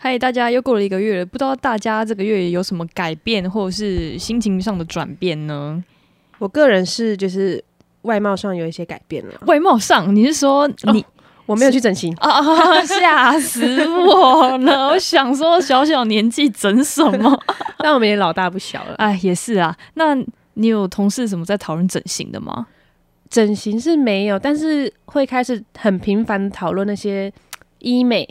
嗨，大家又过了一个月了，不知道大家这个月有什么改变，或者是心情上的转变呢？我个人是就是外貌上有一些改变了，外貌上，你是说你我没有去整形，啊？ 吓、死我了！ 我想说，小小年纪整什么？ 但我们也老大不小了。 哎，也是啊。那你有同事什么在讨论整形的吗？整形是没有，但是会开始很频繁讨论那些医美，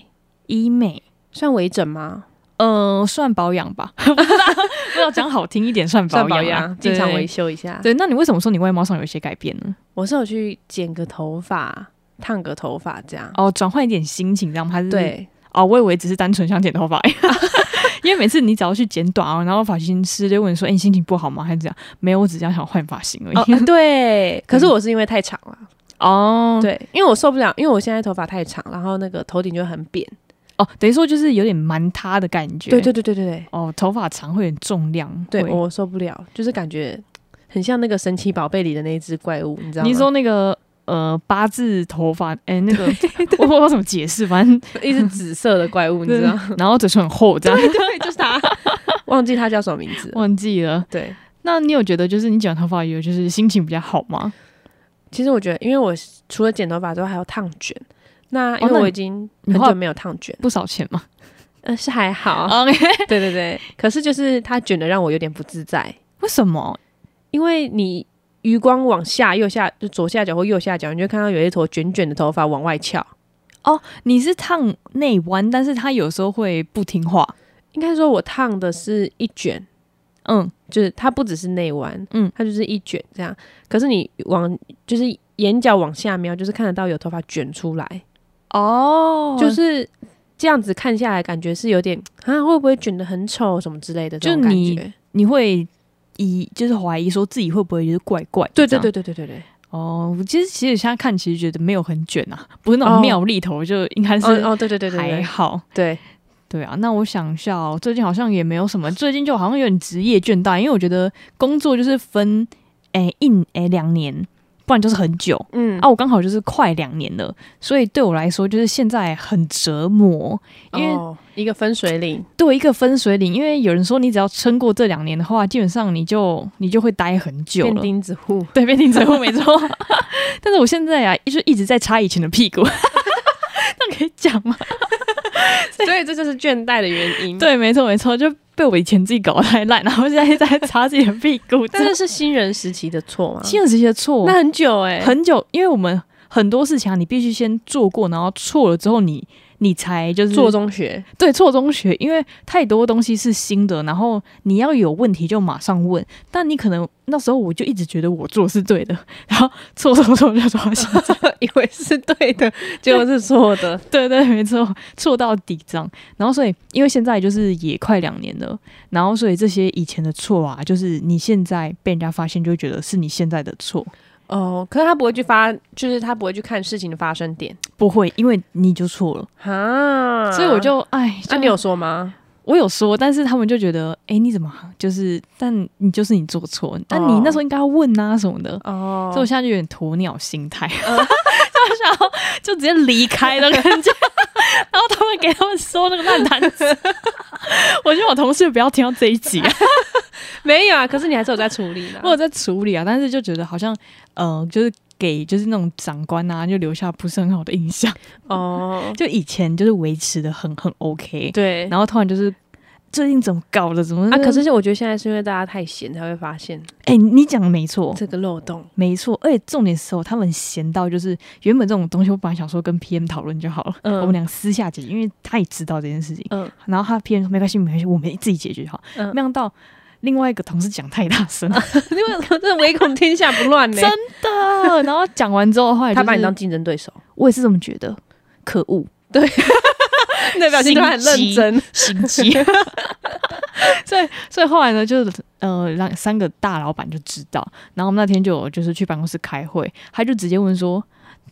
医美，算微整吗？嗯、算保养 吧，不知道不知道讲好听一点算保养、啊，经常维维。修一下。对，那你为什么说你外貌上有一些改变呢？我是有去剪个头发，烫个头发这样。哦，转换一点心情，这样吗还是对，哦，我以为只是单纯想剪头发， 因为每次你只要去剪短啊，然后发型师就问你说：“哎、你心情不好吗？”还是这样？没有，我只是想换发型而哦已。， 对。可是我是因为太长了，哦， 对，对，因为我受不了，因为我现在头发太长，然后那个头顶就很扁。哦，等于说就是有点蛮塌的感觉。对对对对对对，哦，头发长会有点重量。对会我受不了，就是感觉很像那个神奇宝贝里的那一只怪物，你知道吗？你说那个呃八字头发，哎、那 个我不知道怎么解释，反正一只紫色的怪物，你知道？然后嘴唇很厚，这样 对，就是它， 忘记它叫什么名字了。忘记了。对，那你有觉得就是你剪完头发以后就是心情比较好吗？其实我觉得，因为我除了剪头发之外，还有烫卷。那因哦那为我你已经你很画久没有烫卷，不少钱嘛。嗯、是还好。 OK， 对对对，可是就是它卷的让我有点不自在，为什么？因为你余光往下右下就左下角或右下角，你就看到有一坨卷卷的头发往外翘。你是烫内弯，但是它有时候会不听话。应该说，我烫的是一卷，嗯，就是它不只是内弯，嗯嗯，它就是一卷这样。可是你往就是眼角往下瞄，就是看得到有头发卷出来，哦就就是是这样子看下来，感觉是有点啊，会不会卷得很丑什么之类的这种就感你觉？你会疑，就是怀疑说自己会不会就是怪怪。对对。对对对对对，哦，我其实其实现在看，其实觉得没有很卷啊，不是那种哦妙丽头，就应该是哦哦对对对对还对好。对，对啊，那我想一下、哦，最近好像也没有什么，最近就好像有点职业倦怠，因为我觉得工作就是分诶一诶两年，不然就是很久。嗯啊，我刚好就是快两年了，所以对我来说就是现在很折磨，因为哦一个分水岭，对一个分水岭，因为有人说你只要撑过这两年的话，基本上你就你就会待很久变了，钉子户，对，变停车 后没错。但是我现在啊，就一直在擦以前的 屁股， 那可以讲吗？所以这就是倦怠的原因。，对，没错没错，就被我以前自己搞得太烂，然后现在在擦自己的屁股， 但真的是是新人时期的错吗？新人时期的错，那很久哎，很久，因为我们很多事情啊，你必须先做过，然后错了之后你。你才就是做中学，对错中学，因为太多东西是新的，然后你要有问题就马上问。但你可能那时候我就一直觉得我做的是对的，然后错错错就错到现在 以为是对的，结果是错 的。 对对，没错，错到底这样。然后所以，因为现在就是也快两年了，然后所以这些以前的错啊，就是你现在被人家发现，就会觉得是你现在的错，哦，可是他不会去发，就是他不会去看事情的发生点不会，因为你就错了。啊所以我，就哎，那、就你有说吗？我有说，但是他们就觉得，哎，你怎么就是，但你就是你做错，但你哦那时候应该要问啊什么的。哦嗯所以我现在就有点鸵鸟心态， 就想要就直接离开的感 觉。然后他们给他们收那个烂摊子， 我觉得我同事不要听到这一 集啊，没有啊，可是你还是有在处理 啦。我有在处理啊，但是就觉得好像呃，就是给就是那种长官啊，就留下不是很好的印象。哦，就以前就是维持的很很 OK，对，然后突然就是最近怎么搞的，怎么啊，可是我觉得现在是因为大家太闲才会发现哎、你讲的没错，嗯这个漏洞。没错，而且重点是哦，他们闲到就是原本这种东西，我本来想说跟 PM 讨论就好了，嗯我们俩私下解决，因为他也知道这件事情。嗯然后他 PM 说没关系，没关系，我们自己解决就好。嗯没想到另外一个同事讲太大声 了， 因为真的唯恐天下不 乱呢、真的。啊然后讲完之后，后来、就是、他把你当竞争对手，我也是这么觉得，可恶， 那表情突然很认真。心机。 所以，所以后来呢，就是呃，让三个大老板就知道。然后我们那天就有就是去办公室开会，他就直接问说：“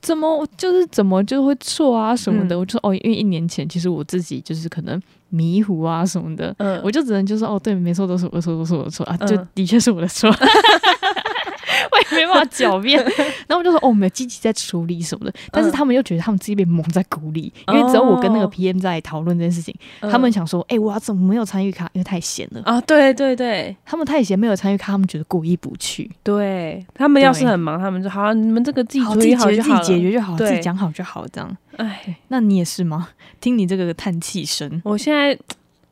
怎么就是怎么就会错啊什么的？”嗯我就说：“哦，因为一年前其实我自己就是可能迷糊啊什么的， 嗯我就只能就说哦，对，没错，都是我的错，都是我的错啊， 嗯就的确是我的错。我没办法狡辩。然后我就说哦，我们有积极在处理什么的，但是他们又觉得他们自己被蒙在鼓里，因为只有我跟那个哦 PM 在讨论这件事情，嗯他们想说，哎、我要怎么没有参与卡？因为太闲了，啊，对对对他们太闲没有参与卡，他们觉得过意不去，对，他们要是对很忙，他们就好，你们这个自己处自理己好解就自好己了。解决就好，对自己讲好就好，这样。哎，那你也是吗？听你这个叹气声，我现在。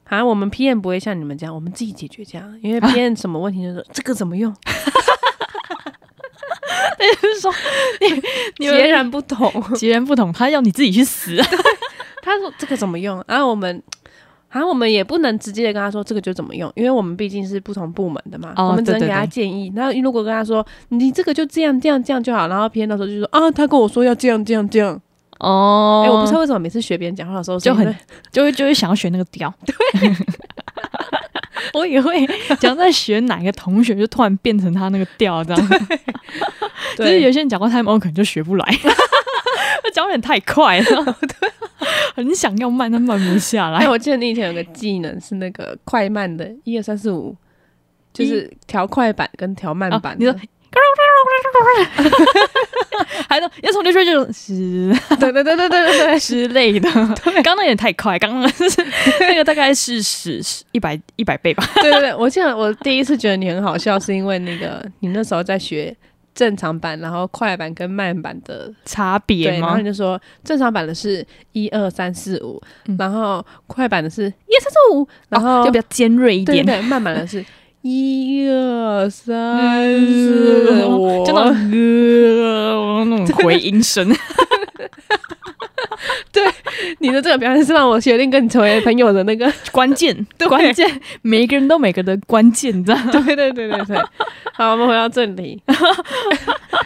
好像我们 PM 不会像你们这样，我们自己解决这样，因为啊 PM 什么问题就说这个怎么用，就是说 你你们 截然不同。 截然不同，他要你自己去死 啊！他说这个怎么用，然、后我们，然、后我们也不能直接的跟他说这个就怎么用，因为我们毕竟是不同部门的嘛，哦我们只能对对给他对建议。那如果跟他说你这个就这样这样这样就好，然后 PM 到时候就说啊，他跟我说要这样这样这样，哎、哦我不知道为什么每次学别人讲话的时候就很是因为就会就会想要学那个调。对， 我也会讲在学哪个同学，就突然变成他那个调，这样。 只是 对有些人讲话太哦慢，我可能就学不来。 他讲话有点太快了，对， 很想要慢，但慢不下 哎、来。我记得你以前有个技能是那个快慢的，一二三四五，就是调快板跟调慢啊板你的、说还有要从那边就是对对对对对对之类的，刚刚那有点太快，刚刚是那个大概是十一百一百倍吧。对对对，我记得我第一次觉得你很好笑，是因为那个你那时候在学正常版，然后快板跟慢板的差对，别然后吗你？就说正常版的是一二三四五嗯，然后快板的是一二三四五，然后就比较尖锐一对对点，对，慢板的是一二三嗯四五，就那种呃那种回音声。你的这个表现是让我决定跟你成为朋友的那个，关键，关键，每一个人都每个人的关键，你知道吗？对对对对对。好，我们回到正题，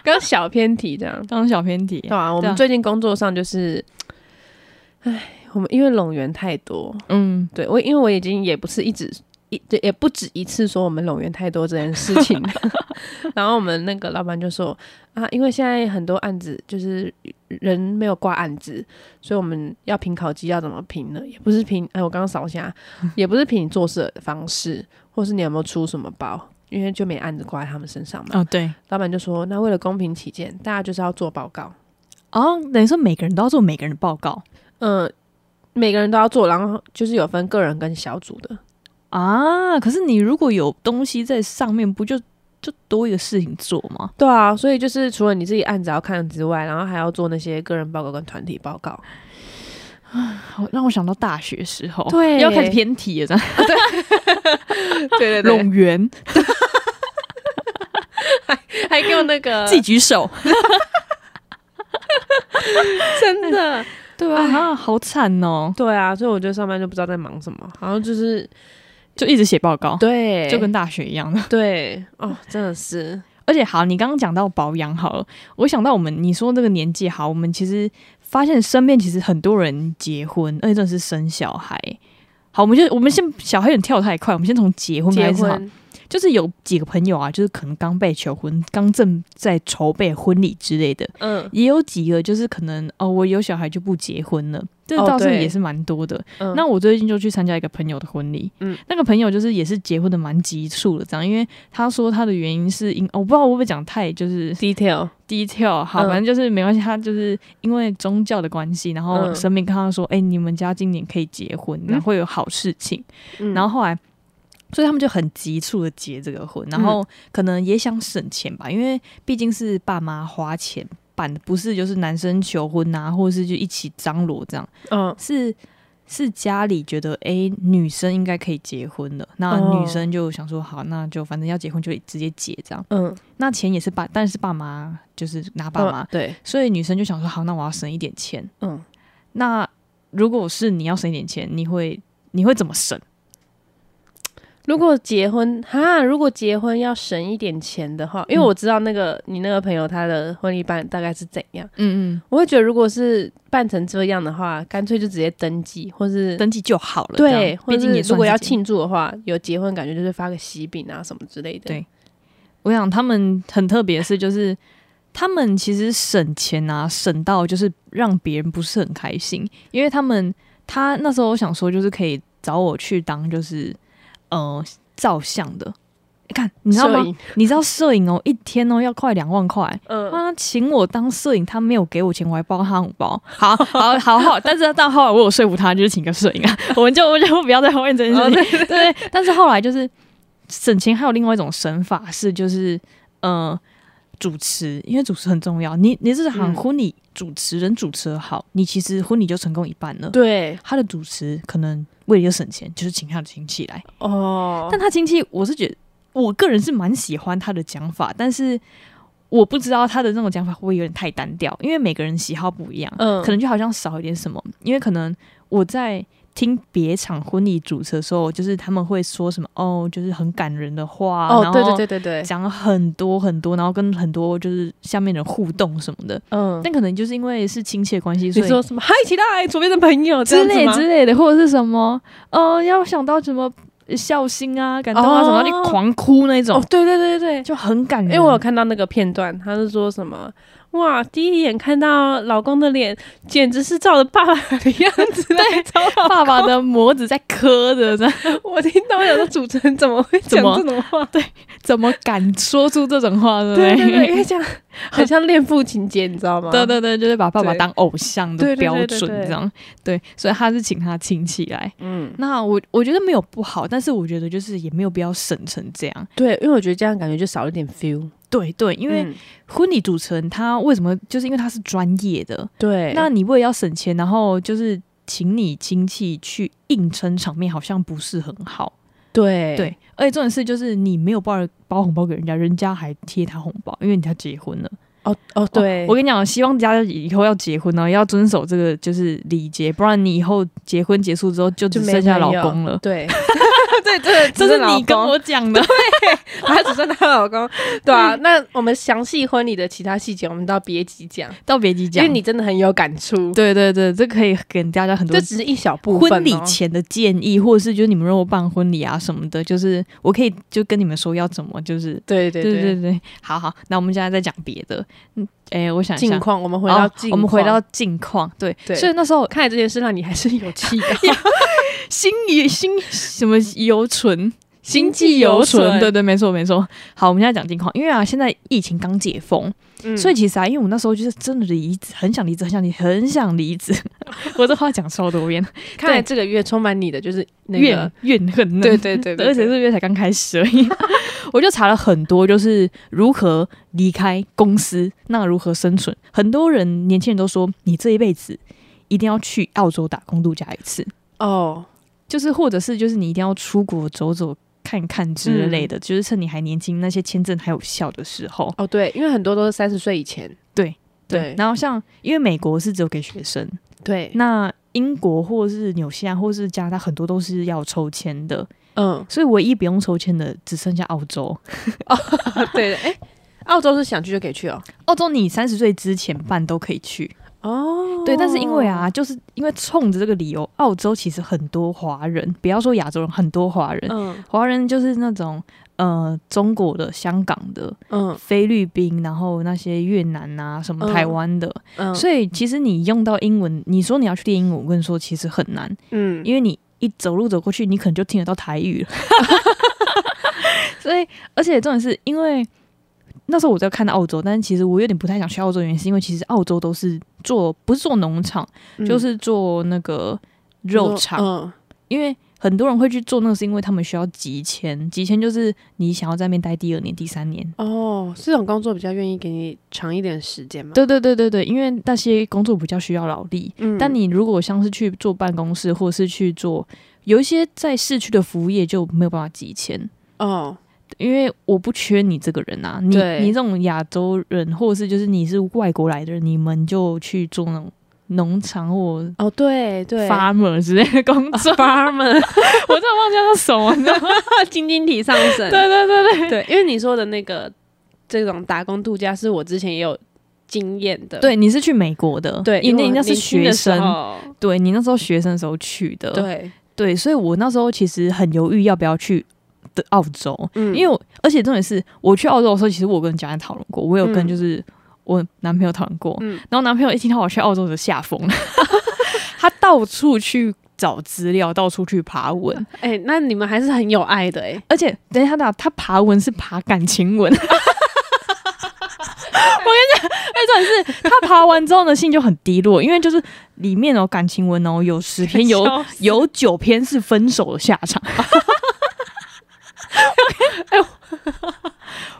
刚小偏题这样。当小偏题对，啊，我对们啊最近工作上就是，唉，我们因为拢源太多，嗯，对我因为我已经也不是一直一对也不止一次说我们拢源太多这件事 情了，然后我们那个老板就说啊，因为现在很多案子就是人没有挂案子，所以我们要评考绩要怎么评呢？也不是评哎，我刚刚扫一 下，也不是评你做事的方式，或是你有没有出什么包。因为就没案子挂在他们身上嘛，哦，对，老板就说：“那为了公平起见，大家就是要做报告。”哦，等于说每个人都要做每个人的报告嗯，每个人都要做，然后就是有分个人跟小组的。啊。可是你如果有东西在上面，不就就多一个事情做吗？对啊，所以就是除了你自己案子要看之外，然后还要做那些个人报告跟团体报 告。好，哦让我想到大学时候，对要开始偏题了，这样对对拢源还给我那 个自己 举手，真的。对啊，啊，好惨哦，对啊，所以我觉得上班就不知道在忙什么，好像就是就一直写报告，对，就跟大学一样的。对哦，真 的是而且好，你刚刚讲到保养好了，我想到我们你说这个年纪好，我们其实发现身边其实很多人结婚，而且真的是生小孩。好，我们就我们先小孩有点跳太快，我们先从结婚结开始好。婚就是有几个朋友啊，就是可能刚被求婚，刚正在筹备婚礼之类的，嗯也有几个就是可能哦，我有小孩就不结婚了，这哦倒是对也是蛮多的。嗯，那我最近就去参加一个朋友的婚礼，嗯嗯，那个朋友就是也是结婚的蛮急促的，这样，因为他说他的原因是因，哦我不知道我会不会讲太就是 detail 低调，好，嗯反正就是没关系，他就是因为宗教的关系，然后嗯神明跟他说，哎、你们家今年可以结婚，然后会有好事情，嗯然后后来。所以他们就很急促的结这个婚，然后可能也想省钱吧，因为毕竟是爸妈花钱办的，不是就是男生求婚啊，或者是就一起张罗这样。嗯是是家里觉得诶女生应该可以结婚了，那哦女生就想说好，那就反正要结婚就直接结这样。嗯，那钱也是爸，但是爸妈就是拿爸妈，对，所以女生就想说好，那我要省一点钱。嗯，那如果是你要省一点钱，你会你会怎么省？如果结婚哈，如果结婚要省一点钱的话，因为嗯我知道那个、你那个朋友他的婚礼办大概是怎样，嗯我会觉得如果是办成这样的话，干脆就直接登记，或是嗯，登记就好了。这对，样或毕者竟是也如果算要是结婚庆祝的话，有结婚感觉就是发个喜饼啊什么之类的。对我想他们很特别的是，就是他们其实省钱啊，省到就是让别人不是很开心，因为他们他那时候我想说，就是可以找我去当就是呃照相的，看你知道摄吗？影 你知道摄影哦，一天哦要快两万块。嗯，他请我当摄影，他没有给我钱，我还包他红包。好，好，好，好，但是到后来我有说服他，就是请个摄影啊，我们就我们就不要再后面这件事哦情。 对但是后来就是沈晴还有另外一种神法是，就是呃主持，因为主持很重要。你你这场嗯婚礼主持人主持得好，你其实婚礼就成功一半了。 对他的主持可能为了要省钱，就是请他的亲戚来。哦，但他亲戚，我是觉得我个人是蛮喜欢他的讲法，但是我不知道他的那种讲法会不会有点太单调，因为每个人喜好不一样，嗯可能就好像少一点什么，因为可能我在。听别场婚礼主持的时候，就是他们会说什么哦，就是很感人的话，哦然，对对后对对对，讲很多很多，然后跟很多就是下面人互动什么的。嗯，但可能就是因为是亲戚的关系，你所以说什么？嗨，起来，左边的朋友这之样子类吗？之类的，或者是什么，呃，要想到什么呃孝心啊、感动啊哦什么，你狂哭那种，哦，对对对对对，就嗯很感人。因为我有看到那个片段，他是说什么？哇！第一眼看到老公的脸，简直是照着爸爸的样子来找老爸爸的模子在磕着， 这我听到，我想说主持人怎么会讲怎么这种话？怎么敢说出这种话，对不对对 对，对因为这样很像恋父情节，你知道吗？对对对，就是把爸爸对当偶像的对对标对对准对这样，对，所以他是请他亲戚来。嗯，那我我觉得没有不好，但是我觉得就是也没有必要省成这样。对，因为我觉得这样感觉就少一点 feel，对对，因为嗯婚礼主持人他为什么就是因为他是专业的，对，那你为了要省钱，然后就是请你亲戚去硬撑场面，好像不是很好。对对，而且重点是，就是你没有包包红包给人家，人家还贴他红包，因为人家结婚了。哦哦对，我跟你讲，希望大家以后要结婚呢，要遵守这个就是礼节，不然你以后结婚结束之后就只就没剩下老朋友公了。对 对 对，这只是老你跟公我讲的， 她只剩她老 公，对啊。那我们详细婚礼的其他细节，我们到别集讲，到别急因讲。为你真的很有感触。对对对，这可以给大家很多这只是一小部分、哦。婚礼前的建议，或者是就是你们如果办婚礼啊什么的，就是我可以就跟你们说要怎么，就是对对对对对对，好好，那我们现在再讲别的，嗯，哎，我想一近下，况我们回到近况、哦，我们回到近况，对，对所以那时 候看来这件事让你还是有气的。 心也心什么犹存。 心悸犹存对对，没错没错。好，我们现在讲近况，因为啊，现在疫情刚解封，嗯所以其实啊，因为我那时候就是真的离职，很想离职，很想离，很想离职。 我这话讲超多遍，看来这个月充满你的就是那怨个，怨恨呢。对对对对，而且这个对月才刚开始而已， 我就查了很多，就是如何离开公司，那如何生存。很多人年轻人都说，你这一辈子一定要去澳洲打工度假一次，哦，就是或者是就是你一定要出国走走看看之嗯类的，就是趁你还年轻，那些签证还有效的时候。哦对，因为很多都是三十岁以前，对对然后像因为美国是只有给学生，对，那英国或是纽西兰或是加拿大很多都是要抽签的， 嗯，所以唯一不用抽签的只剩下澳洲。对的，哎， 澳洲是想去就可以去哦，澳洲你三十岁之前办都可以去，哦，对，但是因为，啊，就是因为冲着这个理由，澳洲其实很多华人，不要说亚洲人，很多华人，嗯华人就是那种呃中国的、香港的、嗯菲律宾，然后那些越南啊、什么嗯台湾的，嗯，所以其实你用到英文，你说你要去练英文，我跟你说其实很难，嗯因为你一走路走过去，你可能就听得到台语了。所以，而且重点是因为那时候我在看到澳洲，但是其实我有点不太想去澳洲，原因是因为其实澳洲都是做不是做农场，就是做那个肉场，嗯因为。很多人会去做那个，是因为他们需要集签。集签就是你想要在那边待第二年、第三年。哦，这种工作比较愿意给你长一点时间嘛。对对对对对，因为那些工作比较需要劳力，嗯但你如果像是去做办公室，或是去做有一些在市区的服务业，就没有办法集签，哦，因为我不缺你这个人啊。你对你这种亚洲人，或者是就是你是外国来的人，你们就去做那种农场或哦，对对 farmer 之类的工作。 farmer 我真的忘记叫什么， 你知道吗？晶晶体上升， 对对对对对，因为你说的那个这种打工度假，是我之前也有经验的。对，你是去美国的，对，你因为那我你那是年轻学的时生，候，对你那时候学生的时候去的，对，对，所以我那时候其实很犹豫要不要去的澳洲，嗯因为我而且重点是我去澳洲的时候，其实我跟家人讨论过，我有跟嗯就是我男朋友讨论过，嗯 然后男朋友一听到我去澳洲就吓疯了，他到处去找资料，到处去爬文，哎、那你们还是很有爱的哎、而且等一下，他他爬文是爬感情文。我跟 你讲，哎，重点是他爬完之后呢，心就很低落，因为就是里面哦感情文哦有十篇，有笑死有九篇是分手的下 场。哎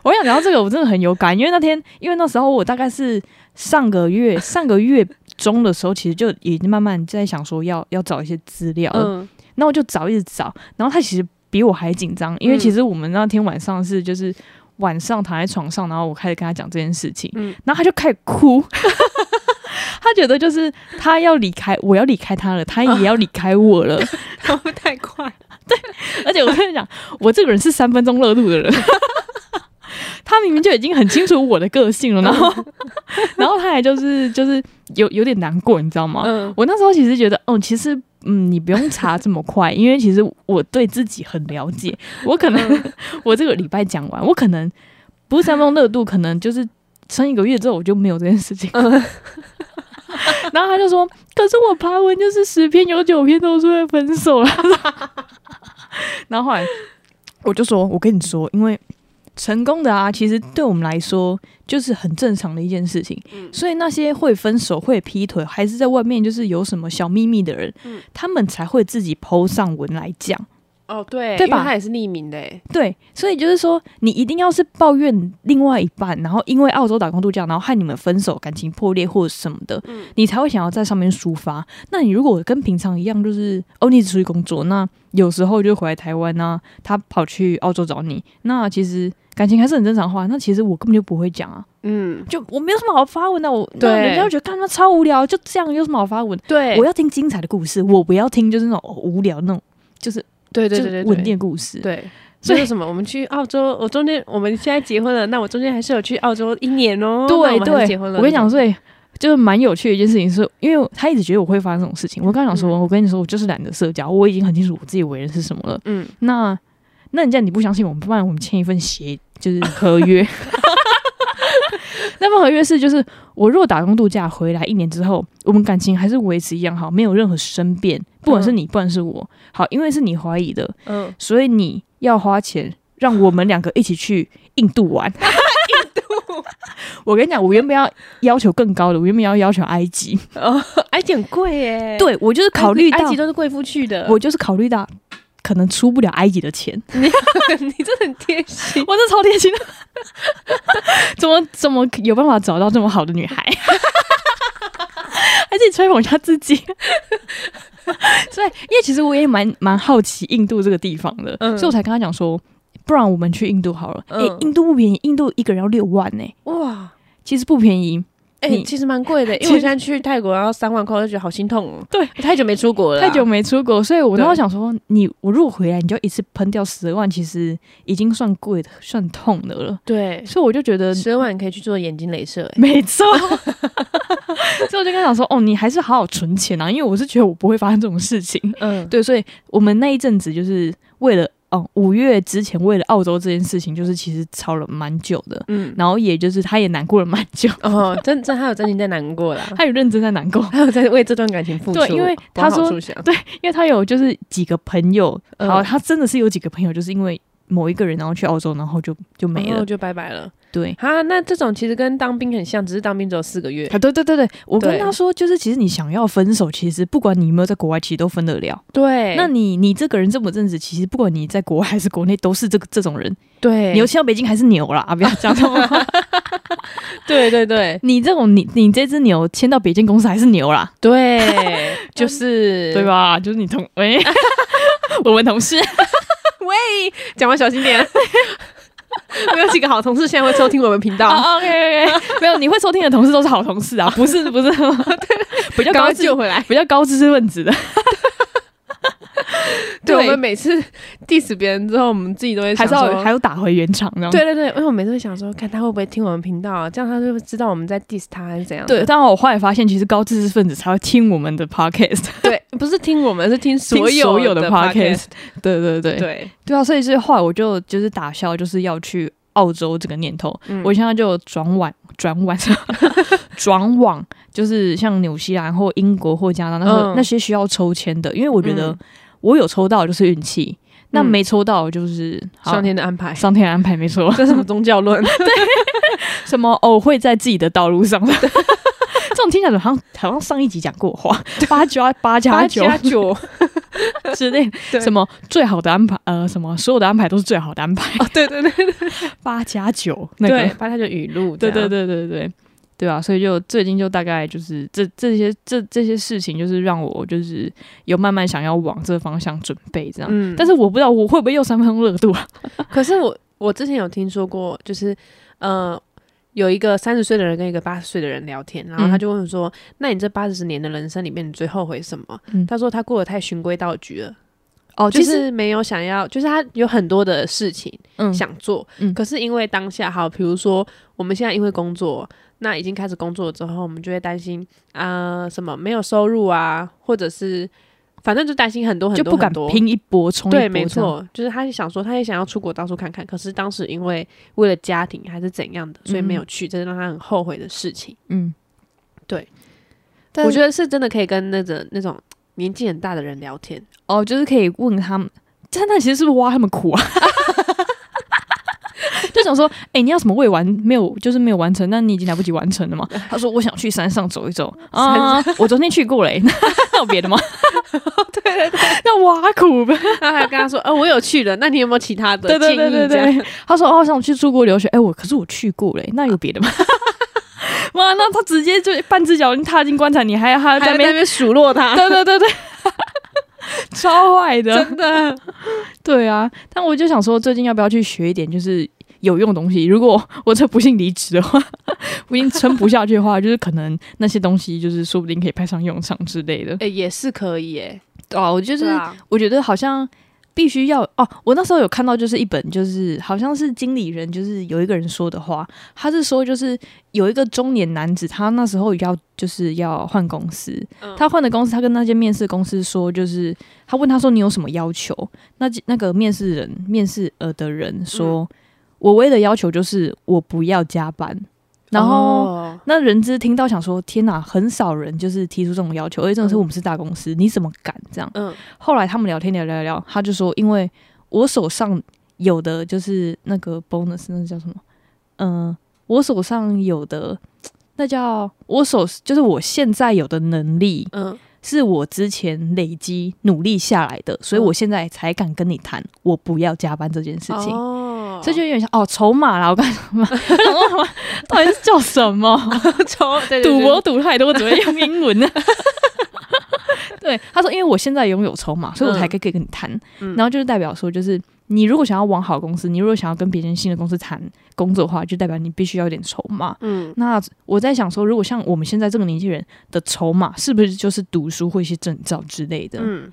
我跟你讲，讲到这个我真的很有感，因为那天，因为那时候我大概是上个月上个月中的时候，其实就已经慢慢在想说要要找一些资料了，嗯，那我就找一直找，然后他其实比我还紧张，因为嗯其实我们那天晚上是就是晚上躺在床上，然后我开始跟他讲这件事情，嗯然后他就开始哭， 他觉得就是他要离开，我要离开他了，他也要离开 我了，他会不会太快？而且我跟你讲，我这个人是三分钟热度的人。 他明明就已经很清楚我的个性了，然嗯后， 然后他还就是就是有有点难过，你知道吗？嗯，我那时候其实觉得，哦，其实。嗯，你不用查这么快，因为其实我对自己很了解。我可能、 我这个礼拜讲完，我可能不是三分钟热度，可能就是撑一个月之后我就没有这件事情。 然后他就说：“可是我爬文就是十篇有九篇都是会分手了。” 然后后来我就说：“我跟你说，因为成功的啊，其实对我们来说就是很正常的一件事情。所以那些会分手、会劈腿，还是在外面就是有什么小秘密的人，嗯他们才会自己 PO 上文来讲。哦，对，对因为吧他也是匿名的欸，对，所以就是说，你一定要是抱怨另外一半，然后因为澳洲打工度假，然后害你们分手、感情破裂或者什么的，嗯你才会想要在上面抒发。那你如果跟平常一样，就是哦，你只出去工作，那有时候就回来台湾啊，他跑去澳洲找你，那其实感情还是很正常的话，那其实我根本就不会讲啊。嗯，就我没有什么好发文的、我对那人家就觉得干他妈超无聊，就这样有什么好发文？对我要听精彩的故事，我不要听就是那种、哦无聊那种，就是对对就对是对稳对定的故事。对，所所以以什么？我们去澳洲，我中间我们现在结婚了，那我中间还是有去澳洲一年哦。那我对们还对是结婚了。我跟你讲，所以就是蛮有趣的一件事情是，因为他一直觉得我会发生这种事情。我刚刚讲说，嗯我跟你说，我就是懒得社交，我已经很清楚我自己为人是什么了。嗯，那那你这样你不相信我们，不然我们签一份协，就是合约。 那份合约是，就是我如果打工度假回来一年之后，我们感情还是维持一样好，没有任何生变，不管是你，不管是我，好，因为是你怀疑的，嗯，所以你要花钱让我们两个一起去印度玩。印度， 我跟你讲，我原本要要求更高的，我原本要要求埃及，哦，埃及很贵耶。埃及，对我就是考虑到埃，及都是贵妇去的。我就是考虑到可能出不了埃及的钱。 你真的很贴心。我这超贴心的， 怎么怎么有办法找到这么好的女孩？ 还自己吹捧一下自己， 所以因为其实我也蛮蛮好奇印度这个地方的，嗯所以我才跟他讲说，不然我们去印度好了。哎、嗯印度不便宜，印度一个人要六万呢、哇，其实不便宜。哎、你其实蛮贵的，因为我现在去泰国，然后三万块，我就觉得好心痛哦。对，太久没出国了啊、太久没出国，所以我那时候对想说，你我如果回来，你就一次喷掉十万，其实已经算贵的，算痛的了。对，所以我就觉得十万可以去做眼睛镭射、哎，没错，欸 所以我就跟他讲说，哦，你还是好好存钱啊，因为我是觉得我不会发生这种事情。嗯，对，所以我们那一阵子就是为了，哦，五月之前为了澳洲这件事情，就是其实吵了蛮久的，嗯，然后也就是他也难过了蛮久， 哦，真真还有真心在难过 啦，他有认真在难过，还有在为这段感情付出。对因为他说往好处想因为他有就是几个朋友，嗯然后他真的是有几个朋友就是因为某一个人然后去澳洲，然后就就没然了哦后，就拜拜了。哦对。啊，那这种其实跟当兵很像，只是当兵只有四个月啊，。对对对对，我跟对他说，就是其实你想要分手，其实不管你有没有在国外，其实都分得了。对那你你这个人这么正直，其实不管你在国外还是国内，都是这个这种人。对牛到北京还是牛啦，啊 不要讲这种话。对对对 你这种你你这只牛迁到北京公司还是牛啦， 对，就是对？吧？就是你同 哎，我们同事啊 讲话小心 点。我有几个好同事现在会收听我们频道，啊 OK OK，没 有你会收听的同事都是好同事 啊，不是不是， 比较高赶快知救回来。比较高知识分子的， 对，对我们每次 diss 别人之后，我们自己都会还想是要说还。要打回原场这样。对对对，因为我每次会想说，看他会不会听我们频道、啊，这样他就会知道我们在 diss 他还是怎样的。对，但我后来发现，其实高知识分子才会听我们的 podcast。对，不是听我们，是听所听所有有的 podcast podcast。对对对对，对啊，所以是后来我就就是打消就是要去澳洲这个念头，嗯我现在就转往转网， 转网就是像纽西兰或英国或加拿大，那时候嗯那些需要抽签的，因为我觉得嗯我有抽到就是运气，那嗯没抽到就是好上天的安排，上天安排没错， 这是什么宗教 论？什么偶会在自己的 道路上。这种听起来好像好像上一集讲过的话，八加八加九九之类的，对什么最好的安排，呃，什么所有的安排都是最好的安排， 哦，对对对八加九那个对，，八加九语录， 对对，对对对对啊，所以就最近就大概就是这这些这这些事情，就是让我就是有慢慢想要往这方向准备这样。嗯，但是我不知道我会不会又三分钟热度啊？可是我我之前有听说过，就是呃，有一个三十岁的人跟一个八十岁的人聊天，然后他就问我说：“那你这八十年的人生里面，你最后悔什么？”嗯他说他过得太循规蹈矩了，哦就，是没有想要，就是他有很多的事情嗯想做，嗯可是因为当下好，比如说我们现在因为工作。那已经开始工作之后，我们就会担心啊、呃什么没有收入啊，或者是反正就担心很多很就多不敢很多拼一波冲一波，对，没。错，就是他想说，他也想要出国到处看看，可是当时因为为了家庭还是怎样的，所以没有去，这是让他很后悔的事情。嗯，对。但我我觉觉得得是真的可以跟那种那种年纪很大的人聊天， 哦，就是可以问他们，但那其实是不是挖他们苦啊？ 就想说，哎、你要什么未完没有，就是没有完成，那你已经来不及完成了嘛？他说，我想去山上走一走啊，我昨天去过嘞、 那有别的吗？对对对，那挖苦 呗。然后还跟他说，哦，我有去了，那你有没有其他的对建对议？对对这样对，他说哦，想去出国留学，哎、我可是我去过嘞，那有别的吗？ 妈，那他直接就半只脚已经踏进棺材，你还还还在在那那边，边数落 他，对对对对，超坏的，真的，对啊。但我就想说，最近要不要去学一点就是有用的东西？如果 我这不幸离职的话， 不幸撑不下去的话，就是可能那些东西就是说不定可以派上用场之类的。哎、也是可以、哎，哦，我就就是我觉得好像必须要哦，我那时候有看到就是一本就是好像是经理人，就是有一个人说的话，他是说就是有一个中年男子，他那时候要就是要换公司，嗯他换的公司，他跟那些面试公司说，就是他问他说你有什么要求，那那个面试人面试呃的人嗯说，我唯一的要求就是我不要加班，然后。哦那人资听到想说：“天哪，很少人就是提出这种要求，而且真的是嗯我们是大公司，你怎么敢这样？”嗯后来他们聊天聊聊聊，他就说，因为我手上有的就是那个 bonus，那叫什么？嗯、我手上有的那叫我手，就是我现在有的能力，嗯，是我之前累积努力下来的，所以我现在才敢跟你谈，我不要加班这件事情。哦这就有点像哦，筹码啦！我刚才什么？我想说什 么？到底是叫什么？抽 对对对赌博赌太多，只会用英文呢、 对，他说，因为我现在拥有筹码，所以我才可以跟你谈。嗯然后就是代表说，就是你如果想要往好公司，你如果想要跟别人新的公司谈工作的话，就代表你必须要有点筹码。嗯那我在想说，如果像我们现在这个年纪人的筹码，是不是就是读书或一些证照之类的？嗯，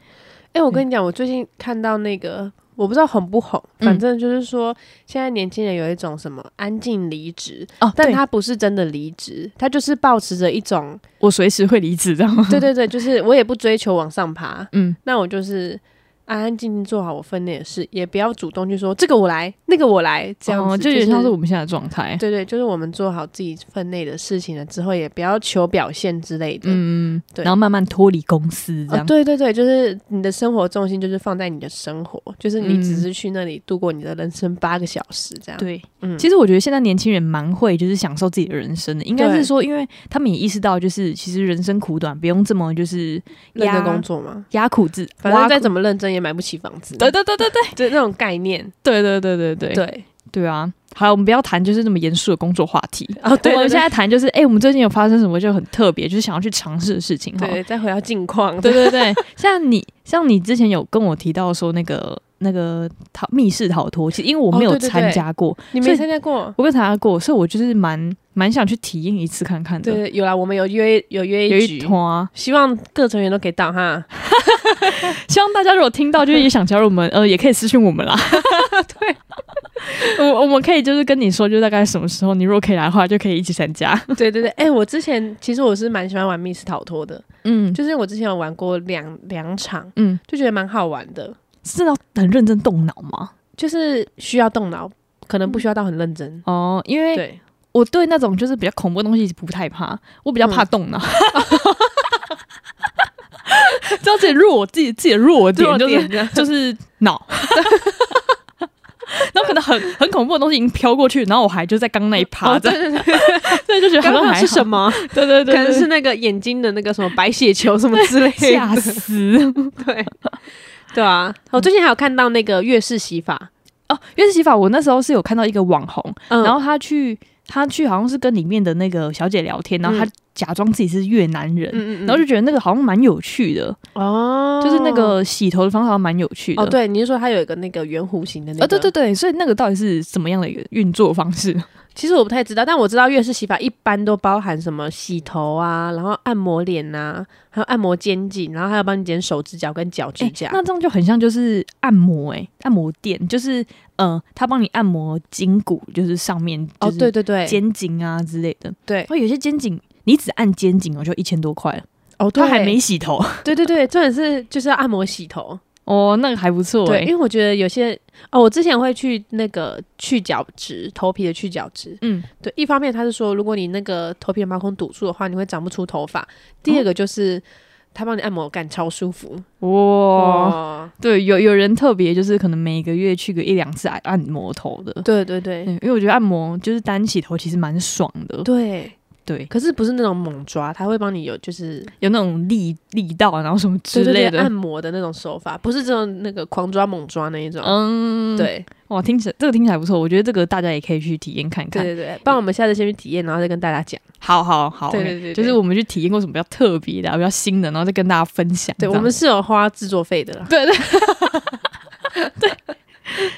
哎、我跟你讲，我最近看到那个，我不知道红不红，反嗯正就是说，现在年轻人有一种什么安静离职，哦，但对他不是真的离职，他就是保持着一 种，我随时会离职，这样吗？对对对，就是我也不追求往上爬，嗯，那我就是。安安静静做好我分内的事，也不要主动去说这个我来，那个我来，这样子、哦就有点像是我们现在的状态。对对，就是我们做好自己分内的事情了之后，也不要求表现之类的。嗯，对然后慢慢脱离公司这啊，样。对对对，就是你的生活重心就是放在你的生活，就是你嗯只是去那里度过你的人生八个小时这样。，对，嗯，其实我觉得现在年轻人蛮会就是享受自己的人生的，应该对是说，因为他们也意识到，就是其实人生苦短，不用这么就是认压真工作嘛，压苦自，反正挖再苦怎么认真也买不起房子。对对对对对对，那种概念。对对对对对对，对啊！好，我们不要谈就是那么严肃的工作话题。 哦，对我对们现对在谈就是，哎、我们最近有发生什么就很特别，就是想要去尝试的事情哈。对，再回到近 况。对对对，像你像你之前有跟我提到说那个那个逃密室逃脱，其实因为我哦没有对对对参加过，你所没以嗯参加过？我没有参加过，所以我就是蛮蛮想去体验一次看看的。对，有啦，我们有约有约有一一局，团，希望各成员都可以到哈。希望大家如果听到就是也想加入我们，呃，也可以私信我 们啦。对，我我们可以就是跟你说，就大概什么时候你如果可以来的话，就可以一起参加。对对对，哎，我之前其实我是蛮喜欢玩密室逃脱的，嗯，就就是我之前有玩过两两场，嗯，就觉得蛮好玩的，是要很认真动脑吗？就是需要动脑，可能不需要到很认真。哦，因为对，我对那种就是比较恐怖的东西不太怕，我比较怕动脑。知道自己弱，自己自己的弱 点就是这样就是 脑。然后可能很很恐怖的东西已经飘过去，然后我还就在刚 刚那一趴，哦，这对样对对，对，就觉得好刚像刚还是什么？么？ 对对可对，能对是那个眼睛的那个什么白血球什么之类 吓的，死对对啊。我最近还有看到那个月式洗发， 哦！原始洗法，我那时候是有看到一个网红，嗯，然后他去他去好像是跟里面的那个小姐聊天，然后他嗯假装自己是越南人，嗯嗯，然后就觉得那个好像蛮有趣的，哦，就是那个洗头的方法好像蛮有趣的。哦，对，你是说它有一个那个圆弧形的那个？啊，对对，对，所以那个到底是什么样的一个运作方式？其实我不太知道，但我知道越式洗发一般都包含什么洗头啊，然后按摩脸呐、还有按摩肩颈，然后还有帮你剪手指甲跟脚指哎甲。那这样就很像就是按摩哎、按摩店就是呃，他帮你按摩筋骨，就是上面哦，对，对对，肩颈啊之类的。对然，后有些肩颈你只按肩颈哦，就一千多块了，哦，对他还没，洗头 对对对，重点是就是要按摩洗头。哦，那个还不 错对，哎、因为我觉得有些哦，我之前会去那个去角质，头皮的去角质。嗯，对，一方面他是说，如果你那个头皮的毛孔堵住的话，你会长不出头发；第二个就是、他帮你按摩，感超舒服。哇、哦，对，有有人特别就是可能每个月去个一两次按按摩头的，对对对嗯，因为我觉得按摩就是单洗头其实蛮爽的，对，对，可是不是那种猛抓，他会帮你有就是有那种力力道，啊然后什么之对对类对的。按摩的那种手法，不是这种那个狂抓猛抓那一种。嗯，，对哇，听起来这个听起来不错，我觉得这个大家也可以去体验看对看。对对，不然我们下次先去体验，然后再跟大家讲。好好好，对对 OK，对对就是我们去体验过什么比较特别的啊、比较新的，然后再跟大家分享这对，样。我们是有花制作费的啦。对对对。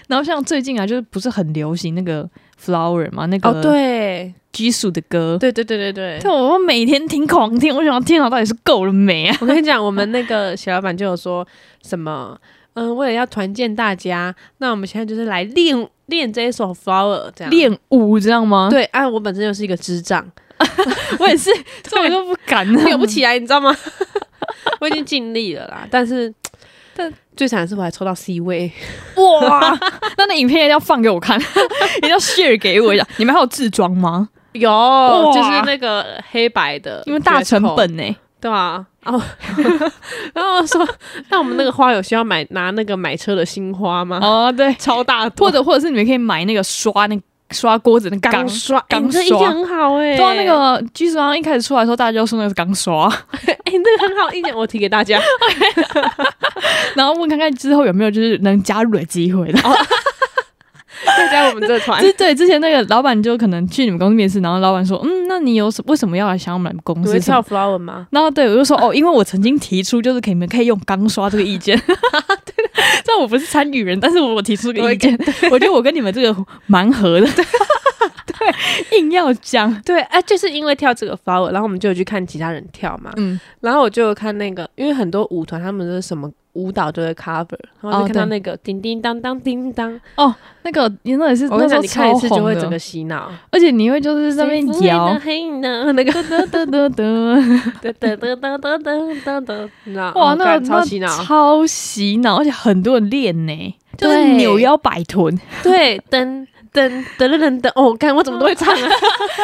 然后像最近啊，就是不是很流行那个 Flower 嘛，那哦，个对，激素的歌，对对对对对。但我每天听狂听，我想天堂到底是够了没啊？我跟你讲，我们那个小老板就有说什么，嗯，为了要团建大家，那我们现在就是来练练这一首《Flower》这样。练舞知道吗？，啊对，啊，我本身就是一个智障，我也是，所以我就不敢啊了，练不。起来，你知道吗？ 我已经尽力了啦， 但是但最惨的是我还抽到 C 位，哇， 那那影片一定要放给我看， 一定要 share 给我一下。你们还有自装吗？有就是那个黑白的，因为大成本呢、对啊，哦， 然后我说，那我们那个花有需要买拿那个买车的新花吗？哦，对，超大朵或者或者是你们可以买那个刷那刷锅子那钢钢。刷，钢你这印象刷很好哎、对啊，那个据说一开始出来的时候，大家就说那个是钢刷， 哎、你这个很好意见，我提给大 家。然后问看看之后有没有就是能加入的机会啦。再加我们这团之对之前那个老板就可能去你们公司面试，然后老板说，嗯，那你有什为什么要来想我们公你司会什么跳 flower 吗？然后对我就说哦，因为我曾经提出就是可以你们可以用钢刷这个意见，对， 虽然我不是参与人，但是我我提出这个意见，我觉得我跟你们这个蛮合的， 对，硬要讲，对，哎、就是因为跳这个 flower，然后我们就有去看其他人跳嘛。嗯，然后我就有看那个，因为很多舞团他们都是什么舞蹈都会 cover，然后哦就看到对那个叮叮当当叮当，那个你那也是我那跟你时讲，候你看一超次就红会整个啊的，洗脑。而且你会就是在那边摇，黑呢， 那个噔噔噔 噔，噔噔噔噔噔噔噔噔，你知道？哇，哦那干个超那洗脑。超洗脑，而且很多人练呢，就是对扭腰摆臀， 对，噔噔噔噔噔噔，哦，干我怎么都会唱啊？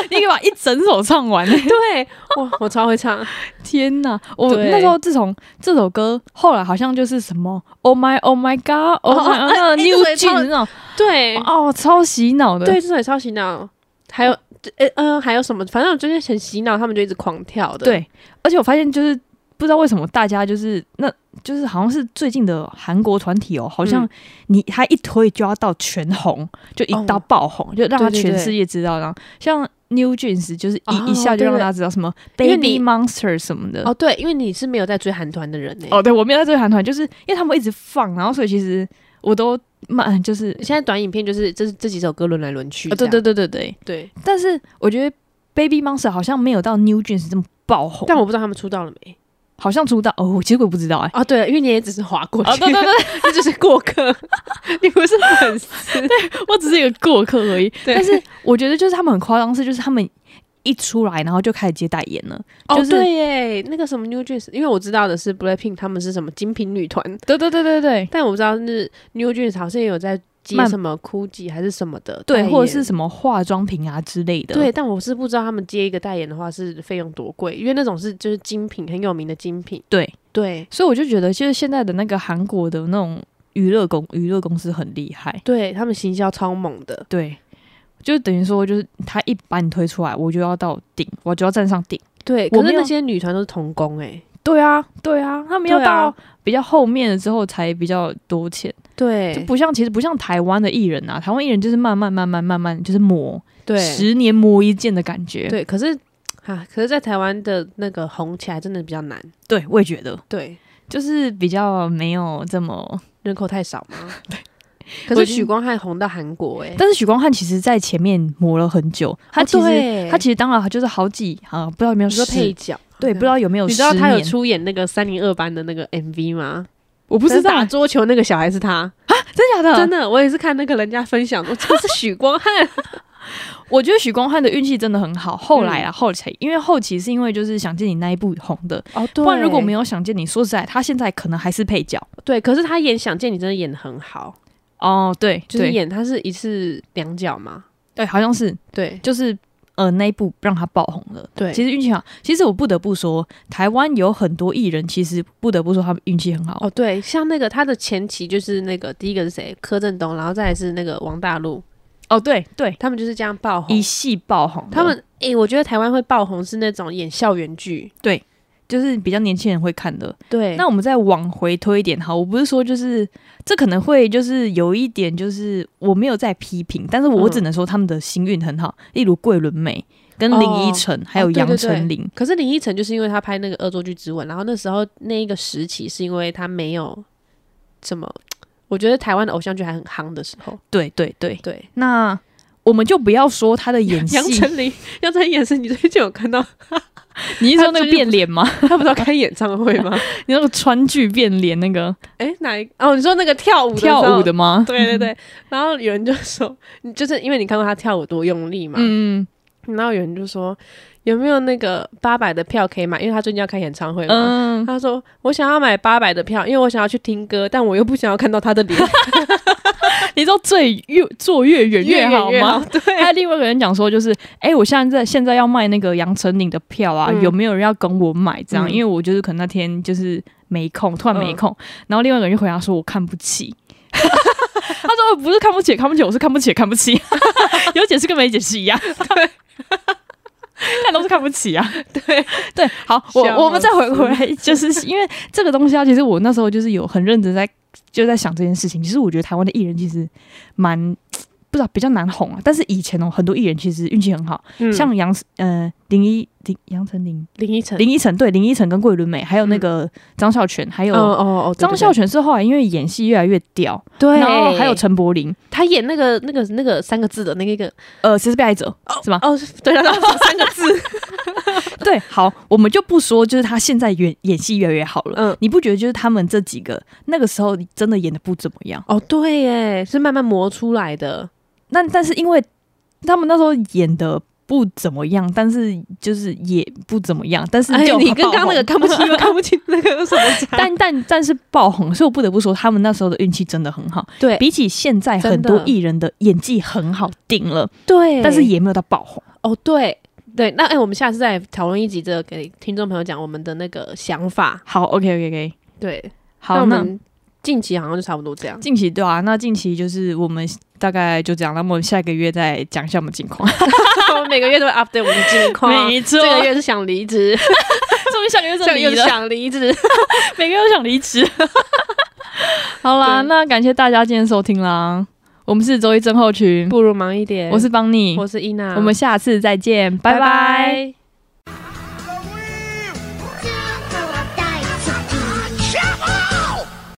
你可以把一整首唱完呢。对，哇，我超会唱。天呐！我对那时候自从这首歌后来好像就是什么 Oh my Oh my God Oh 哦 my 哎 oh, 那个哎 New 对 j e 超 a 那种对，哦，超洗脑的。对，这首也超洗脑。还有，呃、嗯、还有什么？反正我就是很洗脑，他们就一直狂跳的。，对，而且我发现就是不知道为什么大家就是那就是好像是最近的韩国团体哦，好像嗯你他一推就要到全红，就一到哦爆红，就让他对对全对世界知道。然后像 New Jeans 就是一、哦一下就对让对大家知道什么因为 Baby 你 Monster 什么的。哦，对，因为你是没有在追韩团的人呢、哦，对，我没有在追韩团，就是因为他们一直放，然后所以其实我都慢，就是现在短影片就是这这几首歌轮来轮去啊，对这样、对对对对。对，但是我觉得 Baby Monster 好像没有到 New Jeans 这么爆红，但我不知道他们出道了没。好像出道哦，其实我也不知道哎、哦，对，因为你也只是划过去，啊、对对对，你只是过客， 你不是粉 丝。我只是一个过客而已。对 但是我觉得就是他们很夸张，是就是他们一出来，然后就开始接代言了。就哦，是对耶，那个什么 New Jeans，因为我知道的是 Blackpink 他们是什么精品女团，对对对对对，但我不知道是 New Jeans 好像也有在接慢什么 GUCCI 还是什么的代对，言，或者是什么化妆品啊之类的。对，，但我是不知道他们接一个代言的话是费用多贵，因为那种是就是精品很有名的精品，对，对所以我就觉得，就是现在的那个韩国的那种娱乐公娱乐公司很厉害。对，他们行销超猛的，对，就等于说，就是他一把你推出来，我就要到顶，我就要站上顶。对，我可没是有那些女团都是童工哎、对啊，对啊，他们要对啊到比较后面了之后才比较多钱，就对不像其实不像台湾的艺人啊，台湾艺人就是慢慢慢慢慢慢就是磨，对十年磨一剑的感觉。对，可是啊，可是，在台湾的那个红起来真的比较难，对，我也觉得对，就是比较没有这么，人口太少 嘛，我可已是经许光汉红到韩国哎、但是许光汉其实在前面磨了很久，他哦其实、对他其实当了就是好几啊，不知道有没有你说十配角，对，不知道有没有你知道十他有年出演那个三零二班的那个 MV 吗？我不不知道嗯打桌球那个小孩是他，真假的，真的，我也是看那个人家分享，我这是许光汉，我觉得许光汉的运气真的很好。后来啊，后期因为后期是因为就是想见你那一部红的， 哦，对不然如果没有有想见你，说实在，他现在可能还是配角。对，可是他演《想见你》真的演的很好，哦，对，就是对演他是一次两角嘛，对，好像是对就是呃那一部让他爆红了。对，其实实运气好，其实我不得不说，台湾有很多艺人，其实不得不说他们运气很好。哦对，像那个他的前期就是那个第一个是谁，柯震东，然后再来是那个王大陆，哦，对对，他们就是这样爆红一，系爆红的，他们诶、我觉得台湾会爆红是那种演校园剧，就是比较年轻人会看的。对那我们再往回推一点哈，我不是说就是这可能会就是有一点就是我没有在批评，但是我嗯只能说他们的心运很好，例如桂纶镁跟哦林依晨、还有哦对杨对丞琳。可是林依晨就是因为她拍那个《恶作剧之吻》，然后那时候那一个时期是因为她没有什么，我觉得台湾的偶像剧还很夯的时候。对对对对，那我们就不要说他的演戏杨，丞琳，杨丞琳也是，你最近有看到 你是说那他个最近变脸吗？她不是要开演唱会吗？ 你那个川剧变脸那个哎、哪一哦？你说那个跳舞时跳候舞的？吗？ 对对对。然后有人就说， 你就是因为你看过她跳舞多用力嘛，嗯然后有人就说有没有那个八百的票可以买？因为她最近要开演唱会嘛。嗯，他说：“我想要买八百的票，因为我想要去听歌，但我又不想要看到他的 脸， 你知道最越坐越远越好远越好吗？还有另外一个人讲说，就是，哎、我现在在现在要卖那个杨丞琳的票啊，嗯有没有人要跟我买？这样，嗯因为我就是可能那天就是没空，突然没空。然后另外一个人就回答说，我看不起。 他说哦我不是看不起，看不起，我是看不起，看不起。有解释跟没解释一 样。 看都是看不起啊。对对，好，我笑我们再回死回来， 就是因为这个东西啊，其实我那时候就是有很认真在就在想这件事情。其实我觉得台湾的艺人其实蛮不知道比较难红啊，但是以前哦，很多艺人其实运气很好，嗯像杨呃林依林杨丞琳、林依晨，林依晨对林依晨跟桂纶镁，还有那个张孝全，还嗯哦有哦哦，对张孝全是后来因为演戏越来越屌，对，然后还有陈柏霖，他演那个那个那个三个字的那个呃，其实被爱者是吧？哦，对，然后 三个字，对，好，我们就不说，就是他现在演演戏越来越好了。嗯你不觉得就是他们这几个那个时候真的演的不怎么样？哦，对耶，是慢慢磨出来的，那但是因为他们那时候演的不怎么样，但是就是也不怎么样，但是哎就、，你跟刚刚那个看不清又看不清那个有什 么差？ 但但但是爆红，所以我不得不说，他们那时候的运气真的很好，对比起现在真的很多艺人的演技很好，顶了，对，但是也没有到爆红。哦对。对，那哎、我们下次再讨论一集这个，给听众朋友讲我们的那个想法。好，OK OK OK，对，那好，我那们近期好像就差不多这样。 近期对啊，那近期就是我们大概就这样，那么我们下个月再讲一下我们近况。我们每个月都会 update 我们的近 况。没错，这个月是想离职，终于下个月 这个真月的是离了，想离职。 每个月都想离 职。好啦，对那感谢大家今天收听啦，我们是周一症候群， 不如忙一点。我是邦尼，啊我是伊娜，我们下次再见，拜拜拜